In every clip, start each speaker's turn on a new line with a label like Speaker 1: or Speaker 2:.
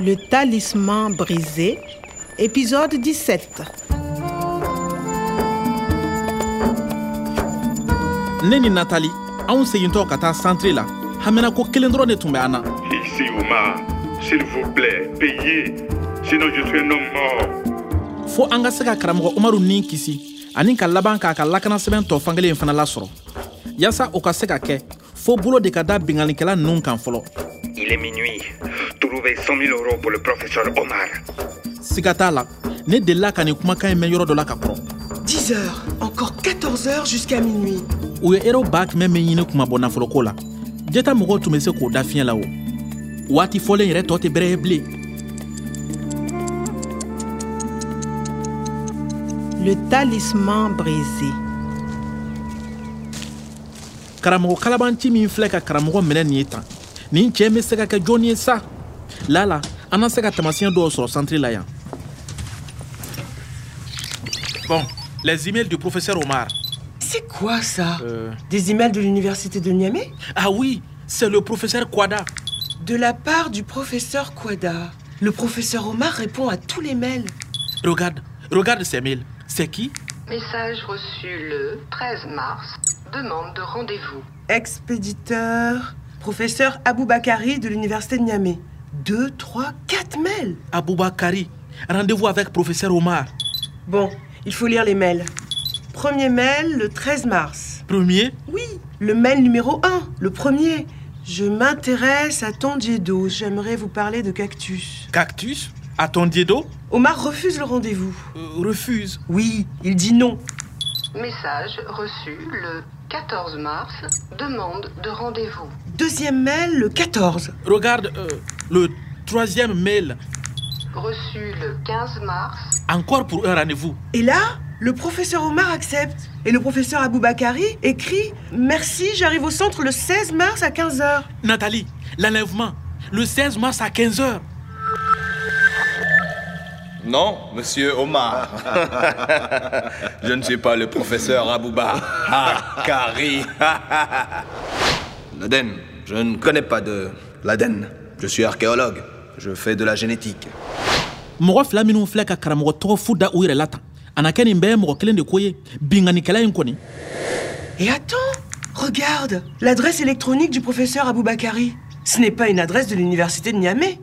Speaker 1: Le talisman brisé, épisode 17.
Speaker 2: ne ni natali anw segintɔ ka taa santiri la hamina ko kelen dɔrɔn de tun bɛ an na
Speaker 3: Ici Omar, s'il vous plaît, payez, sinon je suis un homme mort.
Speaker 2: fo an ka se ka karamɔgɔ umaru ni kisi ani ka laban k'a ka lakanasɛbɛn tɔ fankelen in fana lasɔrɔ yaasa o ka se ka kɛ fo bolo de ka da binganikɛla ninnu kan fɔlɔ
Speaker 3: Il est minuit. Trouvez 100 000 euros pour le professeur Omar.
Speaker 2: siga t'a la ne delila ka nin kumakan in mɛn yɔrɔ dɔ la ka kɔrɔ
Speaker 4: 10 heures, encore 14 heures jusqu'à minuit.
Speaker 2: u ye erew b'a kɛmɛ min ɲini kuma bɔ nafoloko la jɛta mɔgɔw tun be se k'o da fiɲɛ la o waati fɔlen yɛrɛ tɔ tɛ bɛrɛ ye bilen
Speaker 1: Le talisman brisé.
Speaker 2: karamɔgɔ kalabanci min filɛ ka karamɔgɔ minɛ nin ye tan nin cɛɛ be se ka kɛ jɔnni ye sa lala an na se ka tamasiɲɛ dɔw sɔrɔ santiri la yan bon les emails du professeur omar Euh,
Speaker 4: C'est quoi ça Des emails de l'université de Niamey
Speaker 2: ah oui c'est le professeur kwada
Speaker 4: De la part du professeur Kwada. Le professeur Omar répond à tous les mails.
Speaker 2: regarde regarde ces mails c'est qui
Speaker 5: Message reçu le 13 mars. Demande de rendez-vous.
Speaker 4: Expéditeur, professeur Aboubakari de l'université de Niamey. Deux, trois, quatre mails.
Speaker 2: aboubakari rendez-vous avec professeur omar
Speaker 4: Bon, il faut lire les mails. Premier mail le 13 mars.
Speaker 2: premier
Speaker 4: Oui, le mail numéro 1, le premier. Je m'intéresse à Tondiedo, j'aimerais vous parler de cactus.
Speaker 2: Cactus Attendiez d'eau
Speaker 4: Omar refuse le rendez-vous.
Speaker 2: Refuse.
Speaker 4: Oui, il dit non.
Speaker 5: Message reçu le 14 mars. Demande de rendez-vous.
Speaker 4: Deuxième mail le 14.
Speaker 2: Regarde euh, le troisième mail,
Speaker 5: Reçu le 15 mars.
Speaker 2: encore pour un rendez-vous.
Speaker 4: Et là, le professeur Omar accepte. Et le professeur Aboubakari écrit Merci, j'arrive au centre le 16 mars à 15h.
Speaker 2: Nathalie, l'enlèvement, le 16 mars à 15h.
Speaker 6: Non, monsieur Omar. Je ne suis pas le professeur Abouba. Ah, Kari. L'Aden. Je ne connais pas de l'Aden. Je suis archéologue. Je fais de la génétique.
Speaker 2: mɔgɔ fila minw filɛ ka karamɔgɔ tɔgɔ fu da u yɛrɛ la tan a na kɛ nin bɛɛ ye mɔgɔ kelen de ko ye binganikɛla in kɔni
Speaker 4: Et attends, regarde l'adresse électronique du professeur Aboubakari. Ce n'est pas une adresse de l'université de Niamey.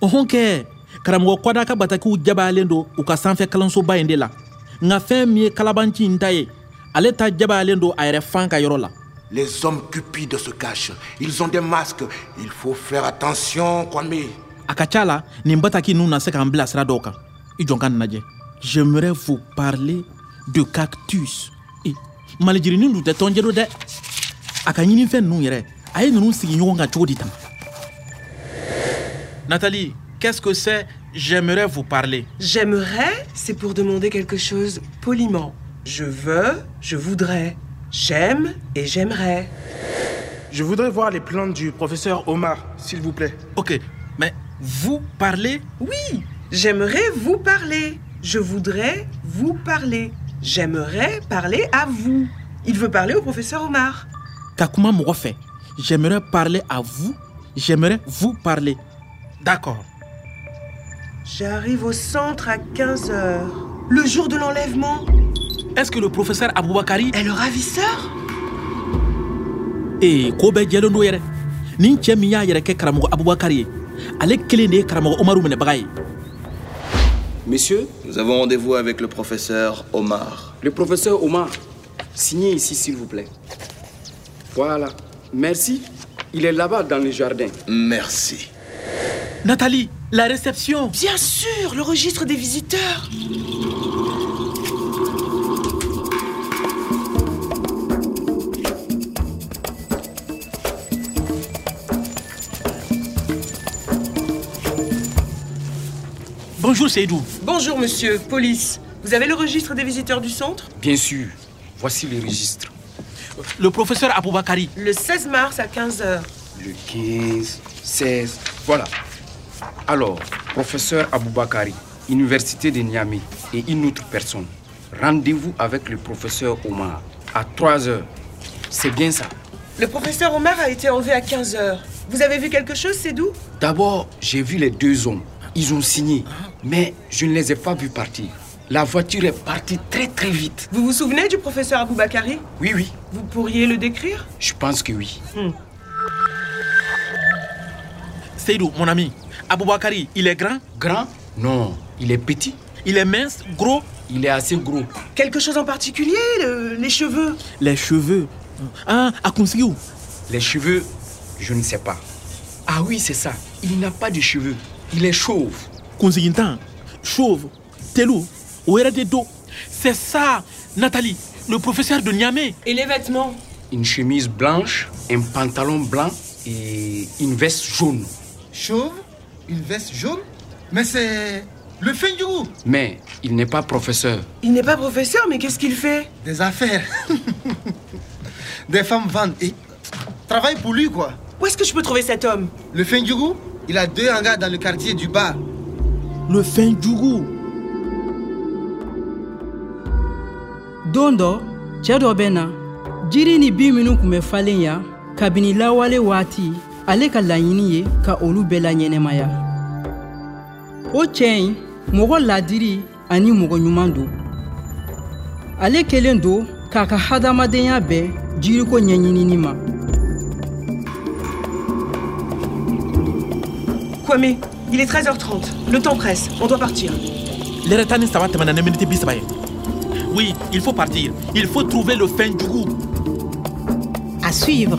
Speaker 2: ɔhɔn kɛ karamɔgɔ kwada ka batakiw jabayalen don u ka sanfɛ kalansoba in de la nka fɛn min ye kalabanci in ta ye ale ta jabayalen don a yɛrɛ fan ka yɔrɔ la
Speaker 7: Les hommes cupides se cachent. Ils ont des masques. Il faut faire attention, Kwame.
Speaker 2: a ka ca la nin bataki ninnu na se k'an bilasira dɔw kan i jɔn ka nin lajɛ j'aimerais vous parler de cactus Eh, malijirinin dun tɛ tɔnjɛ do dɛ a ka ɲinifɛn ninnu yɛrɛ a ye ninnu sigi ɲɔgɔn kan cogo di tan nathalie qu'est ce que c'est j'aimerais vous parler
Speaker 4: J'aimerais, c'est pour demander quelque chose poliment. Je veux, je voudrais. J'aime et j'aimerais.
Speaker 8: Je voudrais voir les plantes du professeur Omar, s'il vous plaît.
Speaker 2: ok mais vous parlez
Speaker 4: Oui, j'aimerais vous parler. Je voudrais vous parler. J'aimerais parler à vous. Il veut parler au professeur Omar.
Speaker 2: ka kuma mɔgɔ fɛ j'aimerais parler à vous j'aimerais vous parler d'accord
Speaker 4: J'arrive au centre à 15h. Le jour de l'enlèvement.
Speaker 2: est ce que le professeur aboubakari
Speaker 4: Et le ravisseur
Speaker 2: ee ko bɛɛ jɛlen do yɛrɛ nin cɛ min y'a yɛrɛ kɛ karamɔgɔ abubakari ye ale kelen de ye karamɔgɔ umaru minɛbaga ye
Speaker 9: Messieurs,
Speaker 6: Nous avons rendez-vous avec le professeur Omar.
Speaker 9: le professeur Omar, signez ici s'il vous plaît. Voilà. Merci. Il est là-bas dans le jardin.
Speaker 6: Merci.
Speaker 2: nathalie la réception
Speaker 4: Bien sûr, le registre des visiteurs.
Speaker 2: bonjour seydou
Speaker 4: Bonjour monsieur, police. Vous avez le registre des visiteurs du centre
Speaker 9: Bien sûr. Voici le registre.
Speaker 2: le professeur abubakari
Speaker 4: Le 16 mars à 15h.
Speaker 9: Le 15, 16. Voilà. Alors, professeur Aboubakari, Université de Niamey et une autre personne. Rendez-vous avec le professeur Omar à 3 heures. C'est bien ça.
Speaker 4: Le professeur Omar a été enlevé à 15h. Vous avez vu quelque chose, Sédou
Speaker 9: D'abord, j'ai vu les deux hommes. Ils ont signé, mais je ne les ai pas vus partir. La voiture est partie très très vite.
Speaker 4: Vous vous souvenez du professeur Aboubakari
Speaker 9: Oui, oui,
Speaker 4: Vous pourriez le décrire
Speaker 9: je pense que oui.
Speaker 2: Seydou, mon ami, Aboubakari, il est grand,
Speaker 9: Grand Non, il est petit.
Speaker 2: il est mince, gros,
Speaker 9: Il est assez gros.
Speaker 4: Quelque chose en particulier le- Les cheveux
Speaker 2: les cheveux. Ah, a conseguiu.
Speaker 9: Les cheveux, je ne sais pas. Ah oui, c'est ça. Il n'a pas de cheveux. Il est chauve.
Speaker 2: Conseguiu então. Chauve, Telou, Ouera de dos. C'est ça, Nathalie, le professeur de Niamey.
Speaker 4: Et les vêtements
Speaker 9: Une chemise blanche, un pantalon blanc et une veste jaune.
Speaker 10: Chauve, une veste jaune, mais c'est le fin du goût
Speaker 9: Mais il n'est pas professeur.
Speaker 4: Il n'est pas professeur, mais qu'est-ce qu'il fait
Speaker 10: des affaires. des femmes vendent et travaillent pour lui, quoi.
Speaker 4: Où est-ce que je peux trouver cet homme
Speaker 10: Le fin du goût, il a deux hangars dans le quartier du bar.
Speaker 2: Le fin du goût.
Speaker 11: don dɔ cɛɛ dɔ bɛ na jiri ni bin minw kun bɛ falen ya kabini lawale waati ale ka laɲini ye ka olu bɛɛ laɲɛnɛmaya o cɛɛ ɲi mɔgɔ ladiri ani mɔgɔ ɲuman don ale kelen don k'a ka hadamadenya bɛɛ jiriko ɲɛɲinini ma
Speaker 4: Kwame, il est 13h30. Le temps presse, on doit partir.
Speaker 2: L'heure est à nous, ça va te mener à une minute et dix, ça va y est. Oui, il faut partir. Il faut trouver le fin du goût.
Speaker 1: À suivre.